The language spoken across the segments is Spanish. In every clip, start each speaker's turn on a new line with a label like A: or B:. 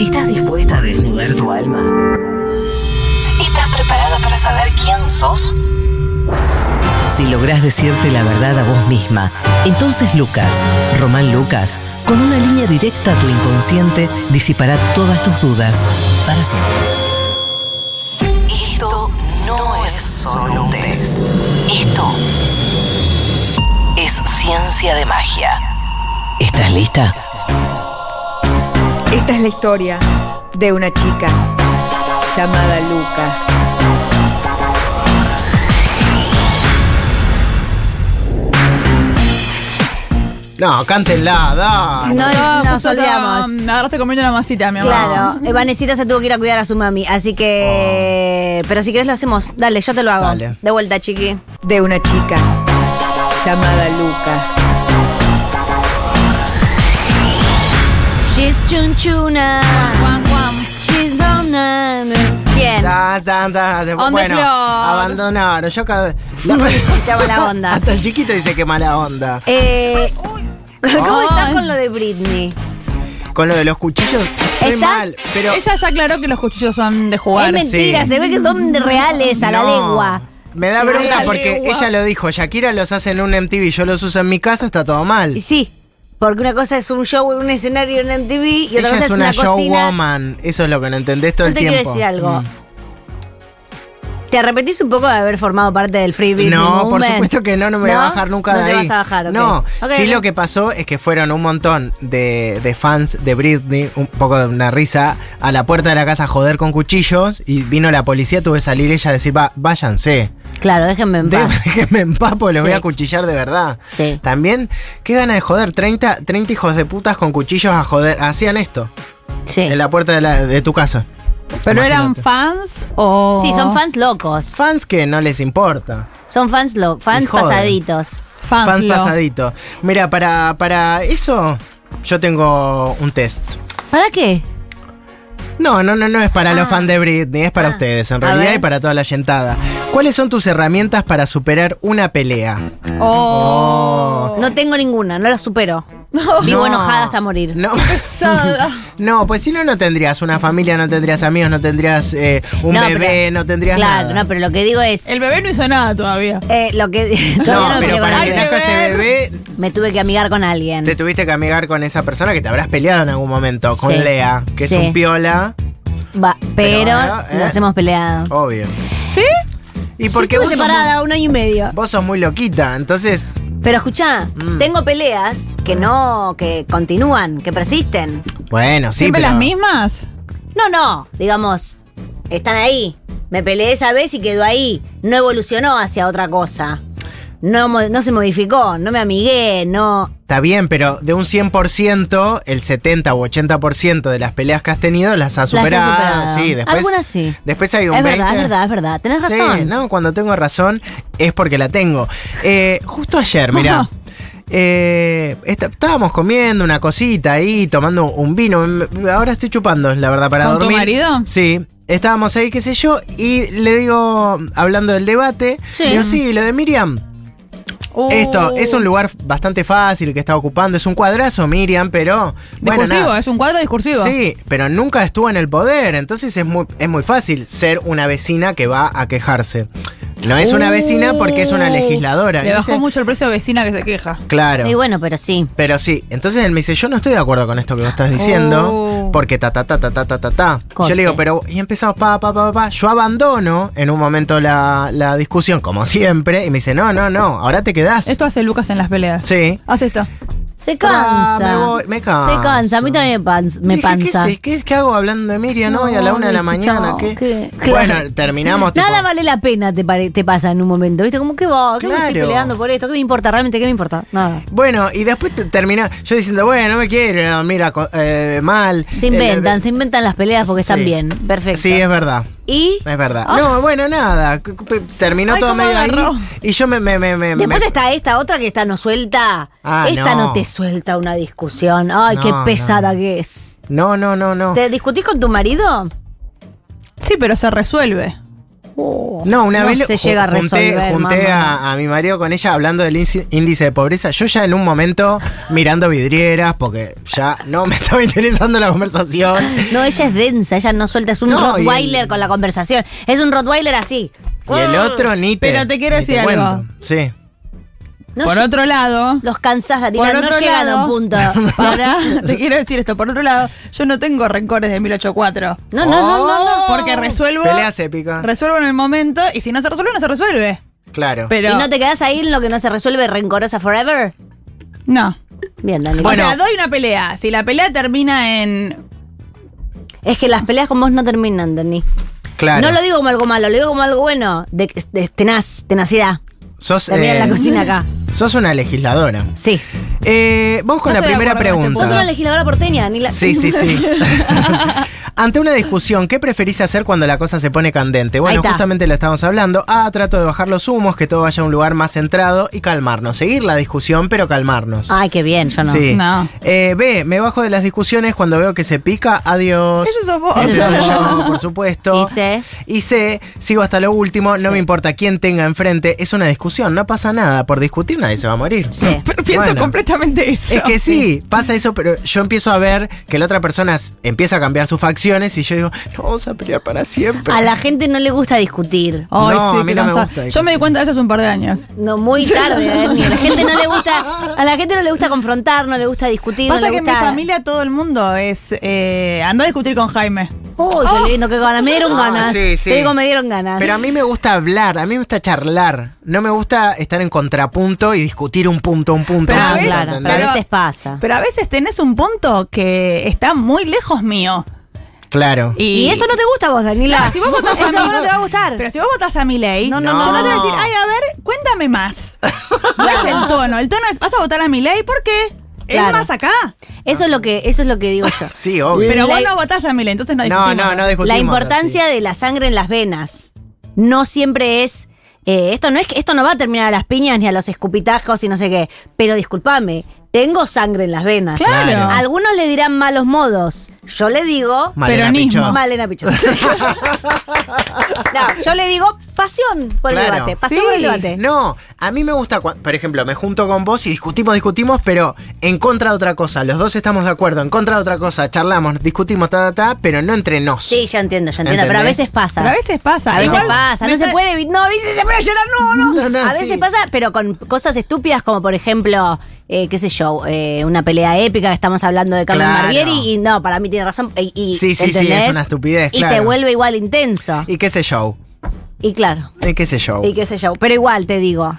A: ¿Estás dispuesta a desnudar tu alma?
B: ¿Estás preparada para saber quién sos?
A: Si lográs decirte la verdad a vos misma, entonces Lucas, Román Lucas, con una línea directa a tu inconsciente, disipará todas tus dudas para siempre.
B: Esto no es solo un test. Esto es ciencia de magia.
A: ¿Estás lista?
C: Esta es la historia de una chica llamada Lucas.
D: No, cántenla, da.
E: No, no, nos
F: justo acá,
E: olvidamos.
F: mm, agarraste comiendo una masita, mi amor.
E: Claro, eh, Vanesita se tuvo que ir a cuidar a su mami, así que... Pero si querés lo hacemos, dale, yo te lo hago.
D: Oh. Dale.
E: De vuelta, chiqui.
C: de una chica llamada Lucas.
E: She's chunchuna,
F: Guam, guam.
E: she's banana. Bien,
D: Da, da, da, de-
F: On the
D: bueno,
F: floor.
D: abandonaron. Yo cada
E: Ya mala onda.
D: Hasta el chiquito dice que mala onda.
E: eh, ¿cómo
F: Ay.
E: estás con lo de Britney?
D: Con lo de los cuchillos, estoy
E: ¿Estás-
D: mal. Pero
F: Ella ya aclaró que los cuchillos son de
E: es
F: jugar.
E: mentira,
D: sí.
E: se ve que son de reales a la
D: no.
E: lengua.
D: Me da
F: Sí,
D: bronca
F: la
D: porque
F: legua.
D: ella lo dijo. Shakira los hace en un MTV, yo los uso en mi casa, está todo mal.
E: Y sí, porque una cosa es un show en un escenario en MTV y otra
D: Ella
E: cosa
D: es una,
E: cocina.
D: showwoman. Eso es lo que no entendés todo
E: Yo
D: el
E: te
D: tiempo. Mm.
E: quiero decir algo. ¿Te arrepentís un poco de haber formado parte del Free Britney
D: No, por
E: Movement?
D: supuesto que no, no me voy a bajar nunca
E: no
D: de ahí.
E: te vas a bajar, ok.
D: No,
E: Ok,
D: sí
E: ok.
D: lo que pasó es que fueron un montón de, de fans de Britney, un poco de una risa, a la puerta de la casa a joder con cuchillos y vino la policía, tuve que salir ella a decir, "Va- váyanse,
E: Claro, déjenme en
D: De-
E: paz.
D: déjenme en paz porque los
E: Sí.
D: voy a cuchillar de verdad.
E: Sí.
D: También, qué gana de joder, 30, 30 hijos de putas con cuchillos a joder, hacían esto,
E: Sí.
D: en la puerta de, la- de tu casa.
F: ¿Pero eran
D: Imagínate.
F: fans o.?
E: Sí,
D: Oh.
E: son fans locos.
D: Fans que no les importa.
E: Son fans locos, fans
D: Joder.
E: pasaditos.
F: Fans,
D: Fans
F: lo-
D: pasadito. Mira, para, para eso yo tengo un test.
E: ¿Para qué?
D: No, no, no, no es para los fans de Britney, es para
E: Ah.
D: ustedes en
E: A
D: realidad
E: ver.
D: y para toda la yentada. ¿Cuáles son tus herramientas para superar una pelea?
F: Oh.
E: No tengo ninguna, no la supero. Vivo
D: No.
E: enojada hasta morir.
D: No,
F: Pesada.
D: no pues si no, no tendrías una familia, no tendrías amigos, no tendrías eh, un
E: No,
D: bebé,
E: pero-
D: no tendrías
E: Claro,
D: nada.
E: no, pero lo que digo es.
F: El bebé no hizo nada todavía.
E: eh, lo que. todavía no me
D: pero
E: peleé con
D: para que
E: alguien.
F: Hay que
D: nazca ese
F: ver.
D: bebé,
E: Me tuve que amigar con alguien.
D: te tuviste que amigar con esa persona que te habrás peleado en algún momento, con
E: Sí.
D: Lea, que
E: Sí.
D: es un piola,
E: Va, pero
D: Pero, eh,
E: nos hemos peleado.
D: obvio.
F: ¿Sí?
D: Y
E: Sí,
D: porque
E: estuve
D: vos sos
E: separada un año y medio.
D: Vos sos muy loquita, entonces.
E: Pero escuchá,
D: Mm.
E: tengo peleas que no, que continúan, que persisten.
D: Bueno, sí.
F: ¿Siempre
D: pero-
F: las mismas?
E: No, no, digamos, están ahí. Me peleé esa vez y quedó ahí. No evolucionó hacia otra cosa. No, mo- no se modificó, no me amigué, no.
D: Está bien, pero de un 100%, el 70 u 80% de las peleas que has tenido las has
E: Las he
D: superado.
E: superado.
D: Sí, después,
E: Algunas sí.
D: Después hay un
E: Es verdad,
D: 20.
E: es verdad, es verdad. Tenés
D: Sí,
E: razón.
D: no, cuando tengo razón es porque la tengo. Eh, justo ayer, mirá. eh, esta- estábamos comiendo una cosita ahí, tomando un vino. Me- me- Ahora estoy chupando, la verdad, para
F: ¿Con tu
D: dormir.
F: marido?
D: Sí. Estábamos ahí, qué sé yo, y le digo, hablando del debate,
E: Sí.
D: digo, sí, lo de Miriam.
F: Uh.
D: Esto es un lugar bastante fácil que está ocupando. Es un cuadrazo, Miriam, pero. Bueno,
F: Discursivo,
D: nada.
F: es un cuadro discursivo.
D: Sí, pero nunca estuvo en el poder. Entonces es muy, es muy fácil ser una vecina que va a quejarse. No es una vecina porque es
E: Uh,
D: una legisladora.
F: Le
D: Y
F: bajó
D: dice,
F: mucho el precio a vecina que se queja.
D: Claro.
E: Y bueno, pero sí.
D: Pero sí, entonces él me dice, yo no estoy de acuerdo con esto que vos estás diciendo,
F: Oh.
D: porque ta ta ta ta ta ta ta ta.
E: Corte.
D: Yo le digo, pero y empezamos pa pa pa pa, pa. Yo abandono en un momento la, la discusión, como siempre, y me dice, no, no, no, ahora te quedás.
F: Esto hace Lucas en las peleas.
D: Sí.
F: Haz esto.
E: Se cansa.
D: Ah, me voy- me canso.
E: Se cansa, a mí también me, pans- me
D: Dije,
E: panza.
D: ¿qué, sé? ¿Qué- qué hago hablando de Miriam hoy a la
E: No,
D: una de la
E: no,
D: mañana?
E: no,
D: ¿Qué?
E: ¿qué?
D: Bueno, terminamos. tipo,
E: Nada vale la pena te, pare- te pasa en un momento, ¿viste? Como que vos, claro. estoy
D: Claro.
E: peleando por esto? ¿Qué me importa? ¿Realmente qué me importa? Nada.
D: Bueno, y después te- termina yo diciendo, bueno, no me quiero ir a dormir a co- eh, mal.
E: Se
D: Eh,
E: inventan,
D: eh,
E: se inventan las peleas porque
D: sí.
E: están bien. Perfecto.
D: Sí, es verdad.
E: Y
D: Es verdad.
E: Ah.
D: No, bueno, nada. c- c- Terminó
F: Ay,
D: todo
F: cómo
D: medio
F: agarró.
D: ahí. Y yo me. me, me, me-
E: después
D: me-
E: está esta otra que esta no suelta.
D: Ah,
E: esta no.
D: no
E: te suelta una discusión. Ay,
D: No,
E: qué
D: no.
E: pesada que es.
D: No, no, no, no.
E: ¿Te discutís con tu marido?
F: Sí, pero se resuelve.
D: No, una
E: No
D: vez
E: se
D: lo- ju-
E: llega a
D: junté,
E: resolver,
D: junté
E: mamá.
D: a, a mi marido con ella hablando del índice índice de pobreza. Yo ya en un momento mirando vidrieras porque ya no me estaba interesando la conversación.
E: No, ella es densa, ella no suelta, es un
D: No, y
E: Rottweiler
D: el-
E: con la conversación. Es un Rottweiler así.
D: Y el otro ni te.
F: Pero te quiero
D: ni
F: decir algo.
D: cuento. Sí.
E: No
F: por
E: lle-
F: otro lado,
E: Los cansás,
F: por
E: Datina, no
F: otro
E: llegan a
F: lado,
E: un punto.
F: Pará, te quiero decir esto. Por otro lado, yo no tengo rencores de 1084.
E: No, no, no,
D: Oh.
E: no, no.
F: Porque resuelvo.
D: Peleas épicas.
F: Resuelvo en el momento y si no se resuelve, no se resuelve.
D: Claro.
F: Pero.
E: ¿Y no te quedás ahí en lo que no se resuelve rencorosa forever?
F: No.
E: Bien, Dani.
F: o sea, doy una pelea. Si la pelea termina en.
E: es que las peleas con vos no terminan, Dani.
D: claro.
E: No lo digo como algo malo, lo digo como algo bueno. De, de tenaz, tenacidad.
D: sos,
E: También en
D: eh,
E: la cocina acá.
D: sos una legisladora.
E: Sí.
D: Eh, vamos con
F: No
D: la
F: estoy de
D: primera
F: acuerdo con este
D: pregunta.
E: Vos sos una legisladora porteña, Daniela.
D: Sí, sí, sí. Ante una discusión, ¿qué preferís hacer cuando la cosa se pone candente?
E: Ahí
D: Bueno,
E: está.
D: justamente lo estamos hablando. Ah, trato de bajar los humos, que todo vaya a un lugar más centrado y calmarnos. Seguir la discusión, pero calmarnos.
E: Ay, qué bien, yo Ah, no.
D: Sí.
F: No.
D: Eh, B, me bajo de las discusiones cuando veo que se pica. Adiós.
F: Eso sos vos.
D: Ese
E: Eso
D: soy
E: sos
D: yo,
E: vos.
D: por supuesto.
E: Y C.
D: Y C, sigo hasta lo último, no me importa quién tenga enfrente. Es una discusión, no pasa nada. Por discutir nadie se va a morir.
E: Sí.
F: Pero pienso
D: Bueno.
F: completamente eso.
D: Es que sí, pasa eso, pero yo empiezo a ver que la otra persona s- empieza a cambiar sus facciones y yo digo, no vamos a pelear para siempre.
E: A la gente no le gusta discutir.
F: Ay,
D: No,
F: sí,
D: a mí
F: qué
D: no me
F: cansada.
D: gusta. eh.
F: Yo me di cuenta de eso hace un par de años.
E: No, muy tarde, Dani. A la gente no le gusta, a la gente no le gusta confrontar, no le gusta discutir.
F: Pasa
E: no le
F: que en mi
E: gusta...
F: familia todo el mundo es. Eh, anda a discutir con Jaime.
E: Uy, qué lindo, qué ganas. Me dieron
D: Ah,
E: ganas.
D: sí, sí.
E: Te digo, me dieron ganas.
D: Pero a mí me gusta hablar, a mí me gusta charlar. No me gusta estar en contrapunto y discutir un punto, un punto.
F: Pero
D: un
E: Ah,
F: a
D: punto,
F: veces-
E: claro, pero
D: ¿entendés?
E: a
F: pero-
E: veces
D: Ah.
E: pasa.
F: Pero a veces tenés un punto que está muy lejos mío.
D: Claro.
F: Y,
E: Y eso no te gusta a vos, Daniela.
F: No, si vos votás a
E: eso a vos
F: mí-
E: no te va a gustar.
F: Pero si vos votás a mi ley,
D: No, no, no.
F: yo no te voy a decir, ay, a ver, cuéntame más. No es el tono. El tono es, vas a votar a mi ley porque
E: Claro.
F: es más acá.
E: Eso es lo que, eso es lo que digo yo.
D: Sí, obvio.
F: Pero
E: La-
F: vos no votás a mi ley, entonces no
D: no,
F: discutimos.
D: no, no discutimos.
E: La importancia de la sangre en las venas no siempre es. eh, esto no es que esto no va a terminar a las piñas ni a los escupitajos y no sé qué. Pero discúlpame, tengo sangre en las venas.
F: Claro.
D: Claro.
E: Algunos le dirán malos modos. Yo le digo.
D: así. Malena
F: peronismo.
D: Pichot.
E: Malena Pichot. no, yo le digo pasión por el
D: Claro.
E: debate. Pasión
F: Sí.
E: por el debate.
D: No, a mí me gusta, cua- por ejemplo, me junto con vos y discutimos, discutimos, pero en contra de otra cosa. Los dos estamos de acuerdo, en contra de otra cosa, charlamos, discutimos, ta, ta, ta, pero no entre nos.
E: Sí, ya entiendo, ya entiendo. Pero a
D: ¿Entendés?
E: veces pasa.
F: Pero a veces pasa.
E: A veces
F: Igual
E: pasa, no
F: me
E: se
F: sa-
E: puede evi- No, dice se puede llorar, no, no.
D: No, no,
E: a veces
D: sí.
E: pasa, pero con cosas estúpidas como por ejemplo, eh, qué sé yo, eh, una pelea épica, estamos hablando de Carmen
D: Claro.
E: Barbieri y no, para mí tiene razón. Y, y-
D: Sí, sí, sí,
E: ¿entendés?
D: es una estupidez,
E: Y
D: claro.
E: se vuelve igual intenso.
D: Y qué sé yo.
E: Y claro,
D: Y qué sé yo.
E: y qué sé yo. Pero igual te digo,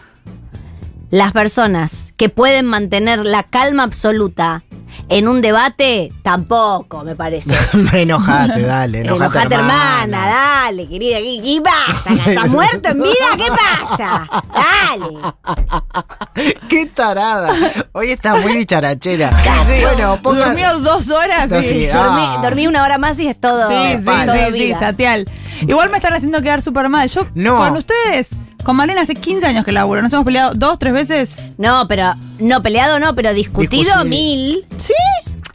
E: las personas que pueden mantener la calma absoluta en un debate, tampoco, me parece.
D: enojate, dale, enojate.
E: Enojate, hermana. dale, querida. ¿Qué, qué pasa? ¿Estás muerto en vida? ¿Qué pasa? Dale.
D: Qué tarada. Hoy está muy dicharachera. Bueno, ponga-
F: Durmió dos horas.
D: No,
F: y-
D: sí, ah.
E: Dormí, dormí una hora más y es todo.
F: Sí, sí,
E: todo
F: sí, sí,
E: vida.
F: Satial. Igual me están haciendo quedar súper mal. Yo
D: No.
F: con ustedes, con Malena hace 15 años que laburo. Nos hemos peleado dos, tres veces.
E: No, pero. No, peleado no, pero discutido
D: Discusivo.
E: mil.
F: Sí.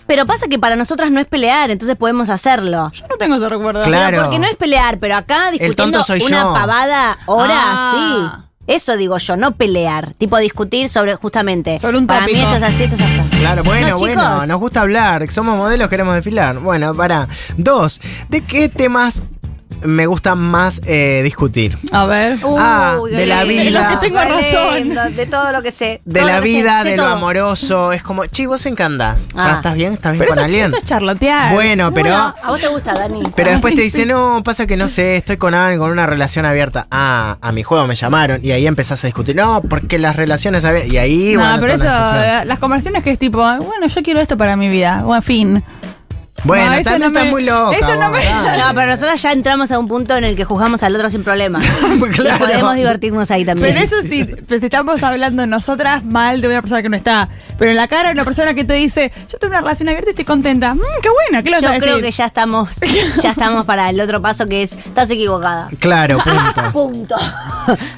E: Pero pasa que para nosotras no es pelear, entonces podemos hacerlo.
F: Yo no tengo ese recuerdo.
D: Claro.
E: Pero porque no es pelear, pero acá discutiendo
D: tonto soy
E: una
D: yo.
E: pavada hora
F: Ah.
E: sí. Eso digo yo, no pelear. Tipo discutir sobre justamente.
F: Sobre un
E: para mí
F: tópico.
E: esto es así, esto es así.
D: Claro, bueno,
E: No, chicos.
D: bueno, nos gusta hablar, somos modelos, queremos desfilar. Bueno, para. Dos, ¿de qué temas me gusta más eh, discutir?
F: A ver.
D: Ah,
E: Uy,
D: de la
E: qué
D: vida.
E: lindo.
D: De lo que
F: tengo
E: Qué
F: razón.
E: lindo, de todo lo que sé.
D: De
E: Todo
D: la
E: lo que sé,
D: vida,
E: sé
D: de
E: todo.
D: lo amoroso. Es como, che, vos encantás.
E: Ah.
D: ¿Estás bien? ¿Estás bien
F: Pero
D: con
F: eso,
D: alguien?
F: eso es charlotear.
D: Bueno, pero.
E: Bueno, a vos te gusta, Dani.
D: Pero después te dice, no, pasa que no sé, estoy con alguien con una relación abierta. Ah, a mi juego me llamaron y ahí empezás a discutir. No, porque las relaciones abiertas. Y ahí,
F: no,
D: bueno,
F: pero eso,
D: toda una discusión.
F: eh, las conversaciones que es tipo, bueno, yo quiero esto para mi vida, o en fin.
D: Bueno,
F: no, eso
D: también
F: no me-
D: estás muy loca.
F: eso no
D: vos,
F: me-
D: dale.
E: No, pero nosotros ya entramos a un punto en el que juzgamos al otro sin problema.
D: Claro.
E: Y podemos divertirnos ahí también.
F: Pero eso sí, pues, si estamos hablando nosotras mal de una persona que no está, pero en la cara de una persona que te dice, yo tengo una relación abierta y estoy contenta, Mm, qué bueno, ¿qué lo
E: Yo creo que ya estamos, ya estamos para el otro paso que es, estás equivocada.
D: Claro,
F: Ah,
D: punto.
E: Punto.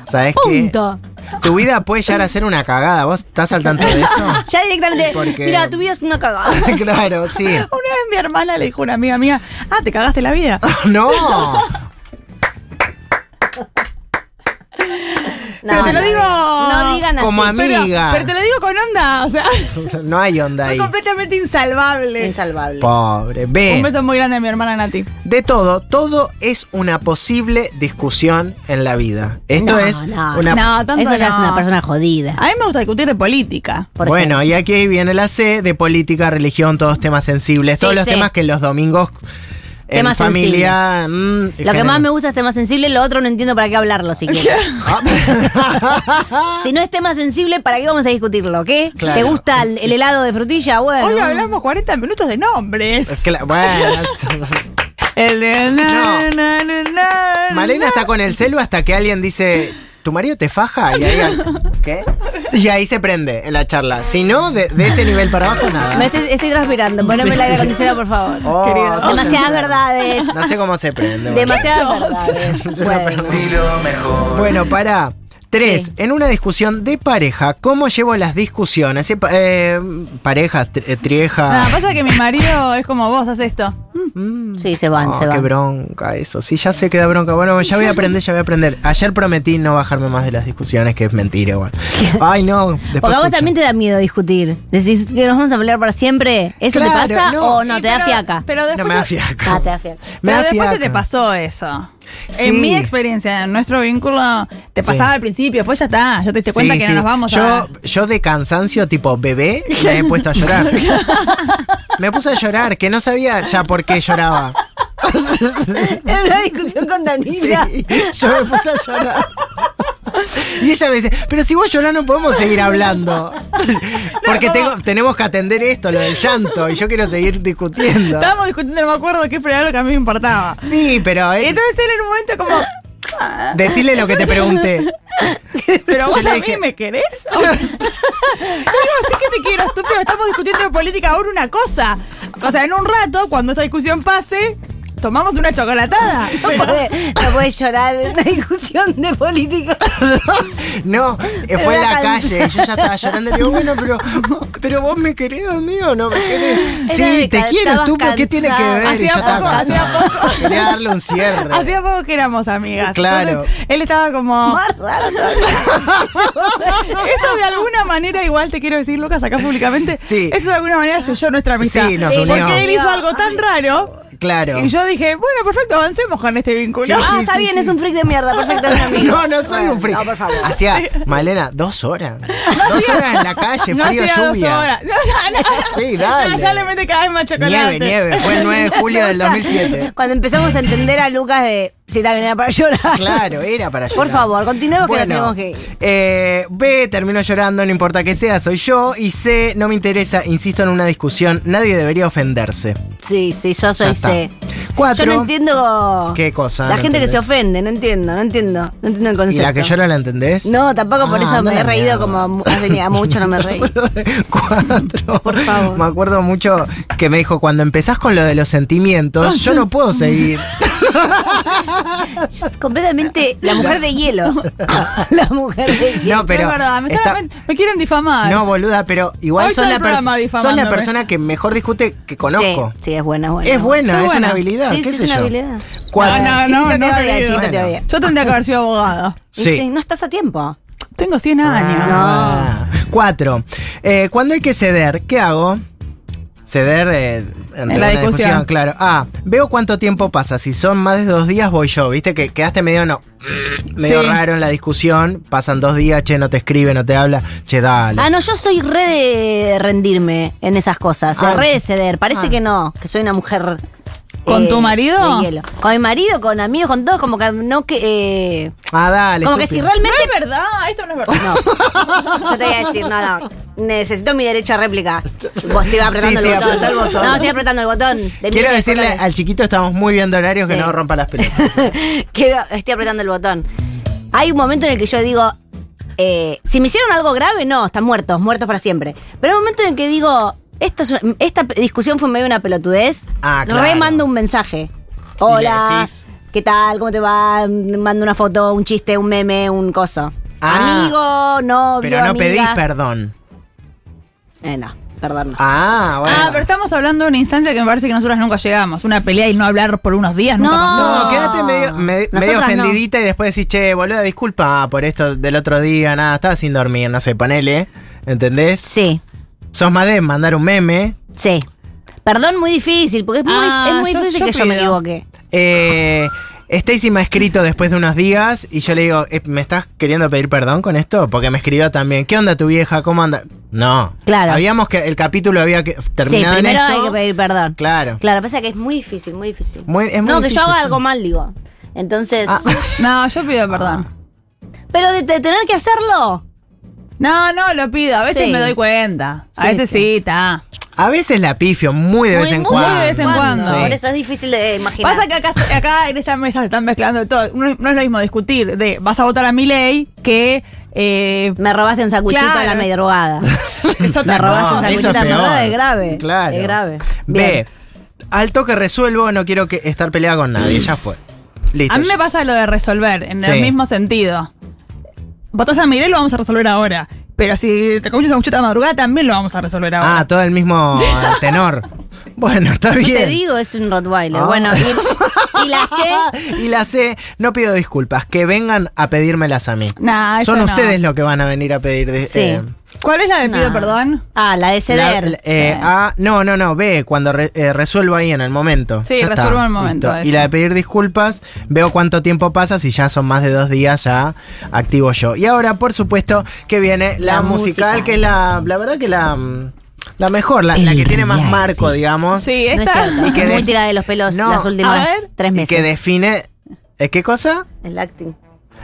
D: ¿Sabes qué?
E: Punto.
D: Tu vida puede llegar a ser una cagada. ¿Vos estás al tanto de eso?
E: Ya directamente,
D: Porque-
E: mira, tu vida es una cagada.
D: claro, sí.
F: Una vez mi hermana le dijo a una amiga mía, ah, te cagaste la vida.
D: No.
F: pero te lo digo.
E: No digan así.
D: Como a mí.
F: Pero,
D: Amiga.
F: pero te lo digo con onda, o sea,
D: No hay onda
F: fue
D: ahí.
F: completamente insalvable.
E: Insalvable.
D: Pobre. Ve.
F: Un beso muy grande a mi hermana Nati.
D: De todo, todo es una posible discusión en la vida. Esto
E: No,
D: es
E: no.
D: una.
F: No, tanto
E: Eso ya
F: no.
E: es una persona jodida.
F: A mí me gusta discutir de política.
E: por
D: Bueno, y aquí viene la C de política, religión, todos temas sensibles,
E: Sí,
D: todos los
E: sí.
D: temas que los domingos en
E: Temas
D: familia. mm,
E: Lo que
D: generan-
E: más me gusta es tema sensible, lo otro no entiendo para qué hablarlo si quieres. si no es tema sensible, ¿para qué vamos a discutirlo? ¿Qué?
D: Ah. Claro.
E: ¿Te gusta el, el helado de frutilla? Bueno.
F: Hoy hablamos 40 minutos de nombres.
D: Cla- bueno,
F: El de
D: No.
F: na, na, na, na,
D: Malena
F: na.
D: está con el celu hasta que alguien dice. ¿Tu marido te faja? Y ahí, ¿Qué? Y ahí se prende en la charla. Si no, de, de ese nivel para abajo, nada.
E: Me estoy, estoy transpirando. Poneme
D: Sí,
E: el aire
D: sí.
E: acondicionado, por favor.
D: Oh,
F: querido.
D: no sé.
E: Demasiadas verdades.
D: No sé cómo se prende.
E: Demasiadas
F: ¿Qué sos?
E: verdades.
D: Es una
E: Bueno.
D: Bueno, para. Tres,
E: Sí.
D: en una discusión de pareja, ¿cómo llevo las discusiones? Eh, pa- eh, parejas, tri- eh, trieja.
F: Nada, pasa que mi marido es como vos, haces esto.
E: Sí, se van,
D: Oh,
E: se
D: qué
E: van.
D: bronca eso. Sí, ya sé que da bronca. Bueno, ya voy a aprender, ya voy a aprender. Ayer prometí no bajarme más de las discusiones, que es mentira igual. Ay, no. después
E: Porque a vos
D: escucho.
E: también te da miedo discutir. Decís que nos vamos a pelear para siempre. ¿Eso
D: Claro,
E: te pasa
D: no.
E: o no?
F: Y
E: ¿Te da
F: pero-
E: fiaca?
F: Pero después,
D: No me da fiaca.
E: Ah, te da fiaca.
D: Me
F: pero
D: da
F: después se
D: fiaca.
F: te pasó eso.
D: Sí.
F: En mi experiencia, en nuestro vínculo, te pasaba al principio, después ya está, ya te diste cuenta
D: Sí,
F: que
D: sí.
F: no nos vamos
D: yo,
F: a...
D: Yo de cansancio, tipo bebé, me he puesto a llorar. me puse a llorar, que no sabía ya por qué lloraba.
E: Era una discusión con
D: Sí,
E: Danila.
D: yo me puse a llorar. Y ella me dice, pero si vos llorás no podemos seguir hablando. Porque tengo, tenemos que atender esto, lo del llanto, y yo quiero seguir discutiendo.
F: Estábamos discutiendo, no me acuerdo qué era lo que a mí me importaba.
D: Sí, pero eh,
F: Entonces él en un momento como,
D: decirle lo que te pregunté.
F: pero
D: Yo
F: vos
D: le
F: a
D: dije-
F: mí me querés. O- Digo, sí que te quiero, estúpido. Estamos discutiendo de política ahora una cosa. O sea, en un rato, cuando esta discusión pase, tomamos una chocolatada.
E: No podés, no podés llorar en una discusión de política.
D: No, eh, fue en
E: Era
D: la
E: cansa-
D: calle, y yo ya estaba llorando. Le digo, bueno, pero, pero vos me querés, amigo, no me querés.
E: Era
D: Sí,
E: de
D: te
E: ca-
D: quiero,
E: estabas
D: estúpido, ¿qué tiene que
E: cansado.
D: ver? y
F: Hacía
D: yo estaba
F: poco, hacía
D: cansada.
F: poco.
D: Quería darle un cierre.
F: Hacía poco que éramos amigas.
D: Claro.
F: Entonces, él estaba como.
E: Más raro todavía.
F: Eso de alguna manera, igual te quiero decir, Lucas, acá públicamente.
D: Sí.
F: Eso de alguna manera selló nuestra amistad.
D: Sí, nos
E: Sí,
D: unió.
F: Porque él hizo algo tan raro.
D: Claro.
F: Y yo dije, bueno, perfecto, avancemos con este vínculo.
D: Sí,
E: Ah,
D: sí,
E: está
D: sí,
E: bien,
D: sí.
E: es un freak de mierda. Perfecto, es un amigo.
D: No, no soy
E: Bueno,
D: un freak.
E: No, por favor.
D: Hacía, Malena, dos horas. Dos horas en la calle,
F: no
D: frío,
F: hacía dos
D: lluvia.
F: horas. No, no, no.
D: Sí, dale.
F: No, ya le mete cada vez más chocolate.
D: Nieve, nieve. Fue el 9 de julio del 2007.
E: Cuando empezamos a entender a Lucas de si también era para llorar.
D: Claro, era para
E: Por
D: llorar.
E: favor, continuemos que nos tenemos que ir.
D: eh, B, termino llorando, no importa que sea, soy yo. Y C, no me interesa, insisto en una discusión, nadie debería ofenderse.
E: Sí, sí, yo
D: Ya
E: soy
D: está.
E: C.
D: Cuatro.
E: Yo no entiendo.
D: ¿Qué cosa?
E: La
D: No
E: gente que se
D: entendés.
E: ofende, no entiendo, no entiendo. No entiendo el
D: ¿Y
E: concepto.
D: la que llora la entendés?
E: No, tampoco por
D: Ah,
E: eso
D: anda
E: me he
D: la
E: reído
D: mierda.
E: como mu- hace ni- a mucho no me reí.
D: Cuatro.
E: Por favor.
D: Me acuerdo mucho que me dijo, cuando empezás con lo de los sentimientos, yo no puedo seguir.
E: Completamente la mujer de hielo. la mujer de hielo.
D: No, pero
F: es verdad, me,
D: está-
F: están- me- me quieren difamar.
D: No, boluda, pero igual
F: Hoy
D: sos
F: todo
D: la,
F: el programa ¿eh?
D: pers- sos la
F: difamándome.
D: persona que mejor discute que conozco.
E: Sí, sí, es buena, es buena.
D: Es buena,
F: Soy
D: es una
F: buena.
D: habilidad,
E: Sí,
D: qué
E: sí, es
D: sé
E: una
D: yo.
E: habilidad.
D: Cuatro.
F: Ah, No,
E: Chiquito
F: no,
E: te
F: no,
E: odia,
F: no,
E: chiquito te
D: no.
E: odia.
F: Yo tendría que haber sido abogada.
E: Y
D: Sí.
E: sí, no estás a tiempo.
F: Tengo 100 años.
D: Ah, Cuatro. Eh, cuando hay que ceder, ¿qué hago? Ceder eh, ante
F: En la
D: una
F: discusión.
D: claro. Ah, veo cuánto tiempo pasa. Si son más de dos días, voy yo. Viste que quedaste medio no. Medio
F: Sí.
D: raro en la discusión. Pasan dos días, che, no te escribe, no te habla. Che, dale.
E: Ah, no, yo soy re de rendirme en esas cosas, de
D: Ah,
E: re de
D: sí.
E: ceder. Parece
D: Ah.
E: que no, que soy una mujer. eh,
F: ¿Con tu marido?
E: de hielo. Con mi marido, con amigos, con todos, como que no que. eh,
D: ah, dale.
E: como que si
D: estúpido.
E: realmente.
F: No es verdad, esto no es verdad. Ah,
E: No. Yo te voy a decir, no, no. Necesito mi derecho a réplica. Vos te iba apretando
D: Sí,
E: el,
D: sí,
E: botón.
D: apretá el botón.
E: No, estoy apretando el botón. de mil
D: Quiero
E: de
D: decirle
E: botones.
D: al chiquito, estamos muy bien de horario, que
E: Sí.
D: no rompa las pelotas.
E: Quiero, estoy apretando el botón. Hay un momento en el que yo digo, eh, si me hicieron algo grave, no, están muertos, muertos para siempre. Pero hay un momento en el que digo, esto es una- esta p- discusión fue medio una pelotudez,
D: Ah, claro.
E: re mando un
D: Y
E: mensaje.
D: le
E: Hola,
D: decís.
E: ¿qué tal? ¿Cómo te va? Mando una foto, un chiste, un meme, un coso.
D: Ah.
E: Amigo, novio,
D: Pero no pedís
E: amiga.
D: perdón.
E: Eh, no. perdernos.
D: Ah, bueno.
F: Ah, pero estamos hablando de una instancia que me parece que nosotras nunca llegamos. Una pelea y no hablar por unos días nunca
E: No.
F: pasó.
D: No, quédate medio, me-
E: Nosotras
D: medio
E: no.
D: ofendidita y después decís, che, boluda, disculpa ah, por esto del otro día, nada, estaba sin dormir, no sé, ponele. ¿Entendés?
E: Sí,
D: Sos más de mandar un meme.
E: sí. Perdón, muy difícil, porque es muy,
F: Ah,
E: es muy
F: yo-
E: difícil
F: yo
E: que yo me
F: pido.
E: equivoque.
D: Eh, Stacy me ha escrito después de unos días y yo le digo, eh, ¿me estás queriendo pedir perdón con esto? Porque me escribió también, ¿qué onda tu vieja? ¿Cómo anda? No.
E: Claro.
D: Habíamos que el capítulo había que-
E: Sí,
D: terminado
E: primero
D: en esto.
E: hay que pedir perdón.
D: Claro.
E: Claro, pasa que es muy difícil, muy difícil.
D: Muy- es muy
E: no, que
D: difícil, Ah.
E: yo haga
D: sí.
E: algo mal, digo. Entonces.
F: No, yo pido
D: Ah.
F: perdón.
E: Pero de, de tener que hacerlo.
F: No, no, lo pido. A veces
E: Sí.
F: me doy cuenta. A
E: Sí,
F: veces
E: sí.
F: sí, está.
D: A veces la pifio, muy de vez
E: muy-
D: en
E: muy
D: cuando.
F: de vez en cuando.
D: Sí.
E: Por eso es difícil de imaginar.
F: Pasa que acá, acá en esta mesa se están mezclando de todo. No, no es lo mismo discutir de vas a votar a mi ley que. eh,
E: Me robaste un sacuchito
F: Claro.
E: a la madrugada.
F: es otra
E: Me robaste
F: cosa.
E: un
D: eso
E: sacuchito
D: es
E: a la madrugada.
D: peor.
E: Es grave.
D: Claro.
E: Es grave.
D: B.
E: Bien.
D: Al toque resuelvo, no quiero que estar peleada con nadie, ya fue. Listo.
F: A mí me pasa lo de resolver, en
D: Sí.
F: el mismo sentido. Votás a Miguel, lo vamos a resolver ahora. Pero si te comiste un sanguchito de madrugada, también lo vamos a resolver ahora.
D: Ah, todo el mismo eh, tenor. Bueno, está
E: No
D: bien.
E: te digo, es un Rottweiler.
D: Ah.
E: Bueno, y, y la C.
D: y la C, no pido disculpas, que vengan a pedírmelas a mí.
F: Nah, eso
D: Son
F: no.
D: ustedes los que van a venir a pedir. de-
E: Ah, Sí.
D: eh,
F: ¿Cuál es la de pido
E: No.
F: perdón?
E: Ah, la de ceder.
D: la- eh, A, no, no, no, B, cuando re- eh, resuelvo ahí en el momento.
F: Sí,
D: Ya
F: resuelvo en el momento,
D: listo.
F: eso.
D: Y la de pedir disculpas, veo cuánto tiempo pasa, si ya son más de dos días ya activo yo. Y ahora, por supuesto, que viene la,
E: La
D: musical,
E: musical.
D: que es la, la verdad que la, mm, la mejor, la, la
A: El
D: que tiene más
A: reality.
D: marco, digamos.
F: Sí,
E: no es
F: esta.
E: cierto.
D: Y que
E: Muy
D: de-
E: tirada de los pelos
D: No,
E: las
F: a
E: últimas
F: ver.
E: tres
D: Y
E: meses.
D: que define... ¿eh, ¿Qué cosa?
E: El acting.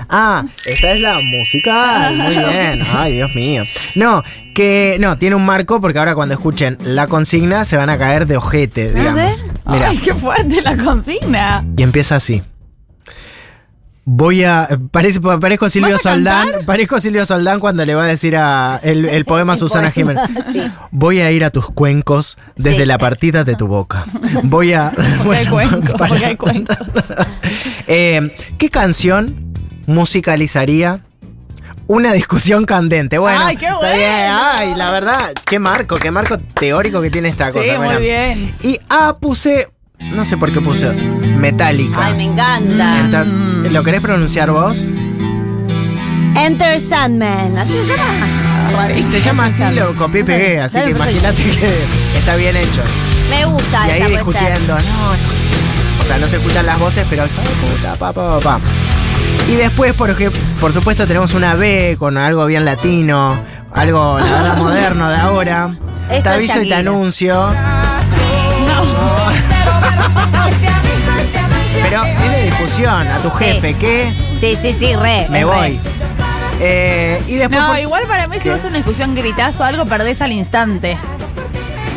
D: Ah, esta es la musical. Muy bien. Ay, Dios mío. No, que no, tiene un marco porque ahora cuando escuchen la consigna se van a caer de ojete, digamos. Mira,
F: Ay, qué fuerte la consigna.
D: y empieza así. Voy a. eh, Parece, parezco Silvio
F: ¿Vas a cantar?
D: Soldán. Parezco Silvio Soldán cuando le va a decir a el, el poema a Susana
E: poema,
D: Jiménez.
E: sí.
D: Voy a ir a tus cuencos desde
E: Sí.
D: la partida de tu boca. Voy a.
F: Porque hay cuenco,
D: para-
F: porque hay cuenco.
D: Eh, ¿Qué canción musicalizaría una discusión candente? Bueno,
F: Ay, qué
D: está
F: bueno.
D: bien. Ay, la verdad, qué marco, qué marco teórico que tiene esta cosa.
F: Sí, muy
D: bueno.
F: bien.
D: Y A puse, no sé por qué puse Metallica.
E: Ay, me encanta.
D: Enter- ¿Lo querés pronunciar vos?
E: Enter Sandman. Así se llama.
D: Ah, Se llama así, lo copié y pegué, así
E: Dale,
D: que
E: perfecto.
D: imagínate que está bien hecho.
E: Me gusta
D: Y ahí
E: esta puede ser.
D: discutiendo, no, no. O sea, no se escuchan las voces, pero. pa, pa, pa, pa. Y después, por, ej- por supuesto, tenemos una B con algo bien latino, algo la verdad moderno de ahora.
E: Esto
D: te
E: es
D: aviso y te
E: Shakira.
D: anuncio. Pero es de discusión a tu jefe, ¿qué?
E: Sí, sí, sí, re.
D: Me
E: re.
D: voy. Eh, y después.
F: No,
D: por-
F: igual para mí, si
D: ¿Qué?
F: vos en una discusión gritás o algo, perdés al instante.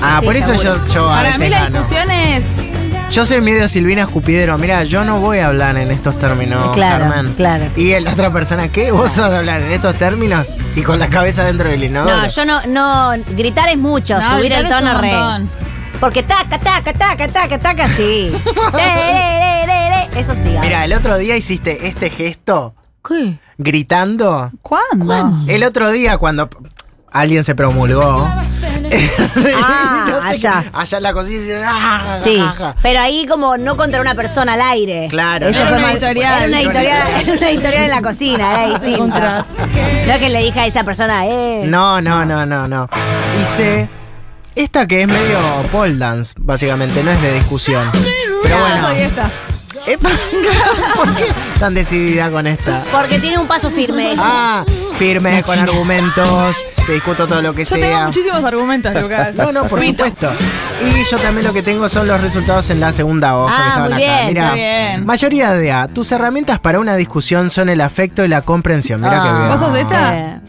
D: Ah, por eso yo, yo a
F: Para
D: veces
F: mí, la
D: gano.
F: discusión es.
D: Yo soy medio Silvina Escupidero. Mira, yo no voy a hablar en estos términos,
E: Claro,
D: Carmen.
E: claro.
D: Y el- la otra persona, ¿qué? ¿Vos vas a hablar en estos términos? Y con la cabeza dentro del inodoro.
E: No, yo no, no, gritar es mucho,
F: No,
E: subir el
F: gritar es
E: tono
F: un
E: re.
F: montón.
E: Porque taca, taca, taca, taca, taca, sí. Eh, eh, eh, eh, eh, Eso sí. ah.
D: Mira, el otro día hiciste este gesto
F: ¿Qué?
D: gritando.
F: ¿Cuándo?
D: El otro día cuando p- alguien se promulgó.
E: Ah,
D: qué-
E: allá.
D: Allá en la cocina. y dicen, "Ah,
E: Sí,
D: jaja".
E: pero ahí como no contra una persona al aire.
D: Claro.
E: Eso
D: Era
E: fue
D: una
E: más-
F: editorial.
E: Era una editorial, era una editorial en la cocina, era distinto. No es que le dije a esa persona, eh.
D: No, no, no, no, no. Hice esta que es medio pole dance, básicamente. No es de discusión. Pero
F: Ah,
D: bueno.
F: soy esta.
D: Epa, ¿Por qué tan decidida con esta?
E: Porque tiene un paso firme.
D: Ah, firme, con argumentos, te discuto todo lo que
F: Yo tengo
D: sea.
F: muchísimos argumentos, Lucas.
D: ah. No, no, por
F: Mito.
D: supuesto. Y yo también lo que tengo son los resultados en la segunda hoja
E: Ah,
D: que estaban
E: muy bien,
D: acá.
F: muy bien.
D: mayoría de A. Tus herramientas para una discusión son el afecto y la comprensión. Mira que bien.
F: ¿Vos sos esa?
E: Eh,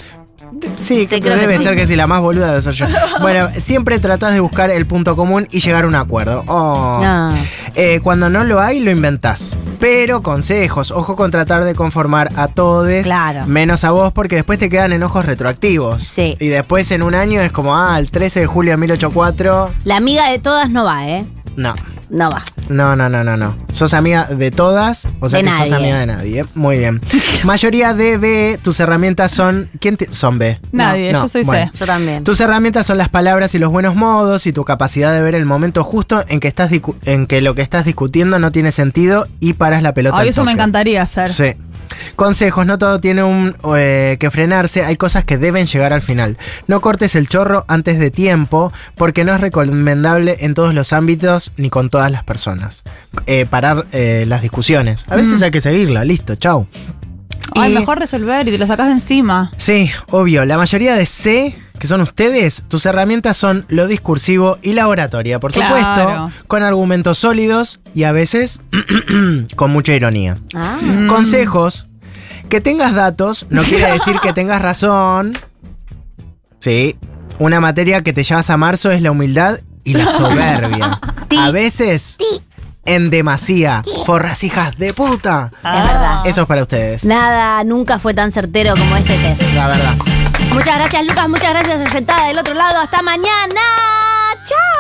D: Sí,
E: Sí, creo que
D: debe
E: sí.
D: ser que si la más boluda debe ser yo. Bueno, siempre tratás de buscar el punto común y llegar a un acuerdo. Oh.
E: No.
D: Eh, cuando no lo hay, lo inventás. Pero consejos, ojo con tratar de conformar a todos,
E: Claro.
D: menos a vos, porque después te quedan enojos retroactivos.
E: Sí.
D: Y después en un año es como, ah, el 13 de julio de 1804.
E: La amiga de todas no va, eh.
D: No.
E: No va.
D: No, no, no, no, no. Sos amiga de todas, o sea
E: De
D: que sos
E: nadie.
D: amiga de nadie. Muy bien. Mayoría de B, tus herramientas son. ¿Quién te- son B?
F: Nadie,
D: No,
F: yo soy
D: bueno.
F: C.
E: Yo también.
D: Tus herramientas son las palabras y los buenos modos y tu capacidad de ver el momento justo en que estás discu- en que lo que estás discutiendo no tiene sentido y paras la pelota.
F: Ay,
D: al
F: eso me
D: toque.
F: encantaría hacer.
D: Sí. Consejos, no todo tiene un, eh, que frenarse, hay cosas que deben llegar al final. No cortes el chorro antes de tiempo, porque no es recomendable en todos los ámbitos ni con todas las personas. Eh, parar eh, las discusiones. A veces hay que seguirla, listo, chau.
F: Ay,
D: Y-
F: mejor resolver y te lo sacás de encima.
D: Sí, obvio, la mayoría de C, que son ustedes, tus herramientas son lo discursivo y la oratoria, por
F: Claro.
D: supuesto, con argumentos sólidos y a veces con mucha ironía.
E: Ah.
D: Mm. Consejos. Que tengas datos no quiere decir que tengas razón. Sí. Una materia que te llevas a marzo es la humildad y la soberbia. A veces, en demasía, forras hijas de puta.
E: Es verdad.
D: Eso es para ustedes.
E: Nada, nunca fue tan certero como este test.
D: La verdad.
E: Muchas gracias, Lucas. Muchas gracias, Oyentada del otro lado. Hasta mañana. ¡Chao!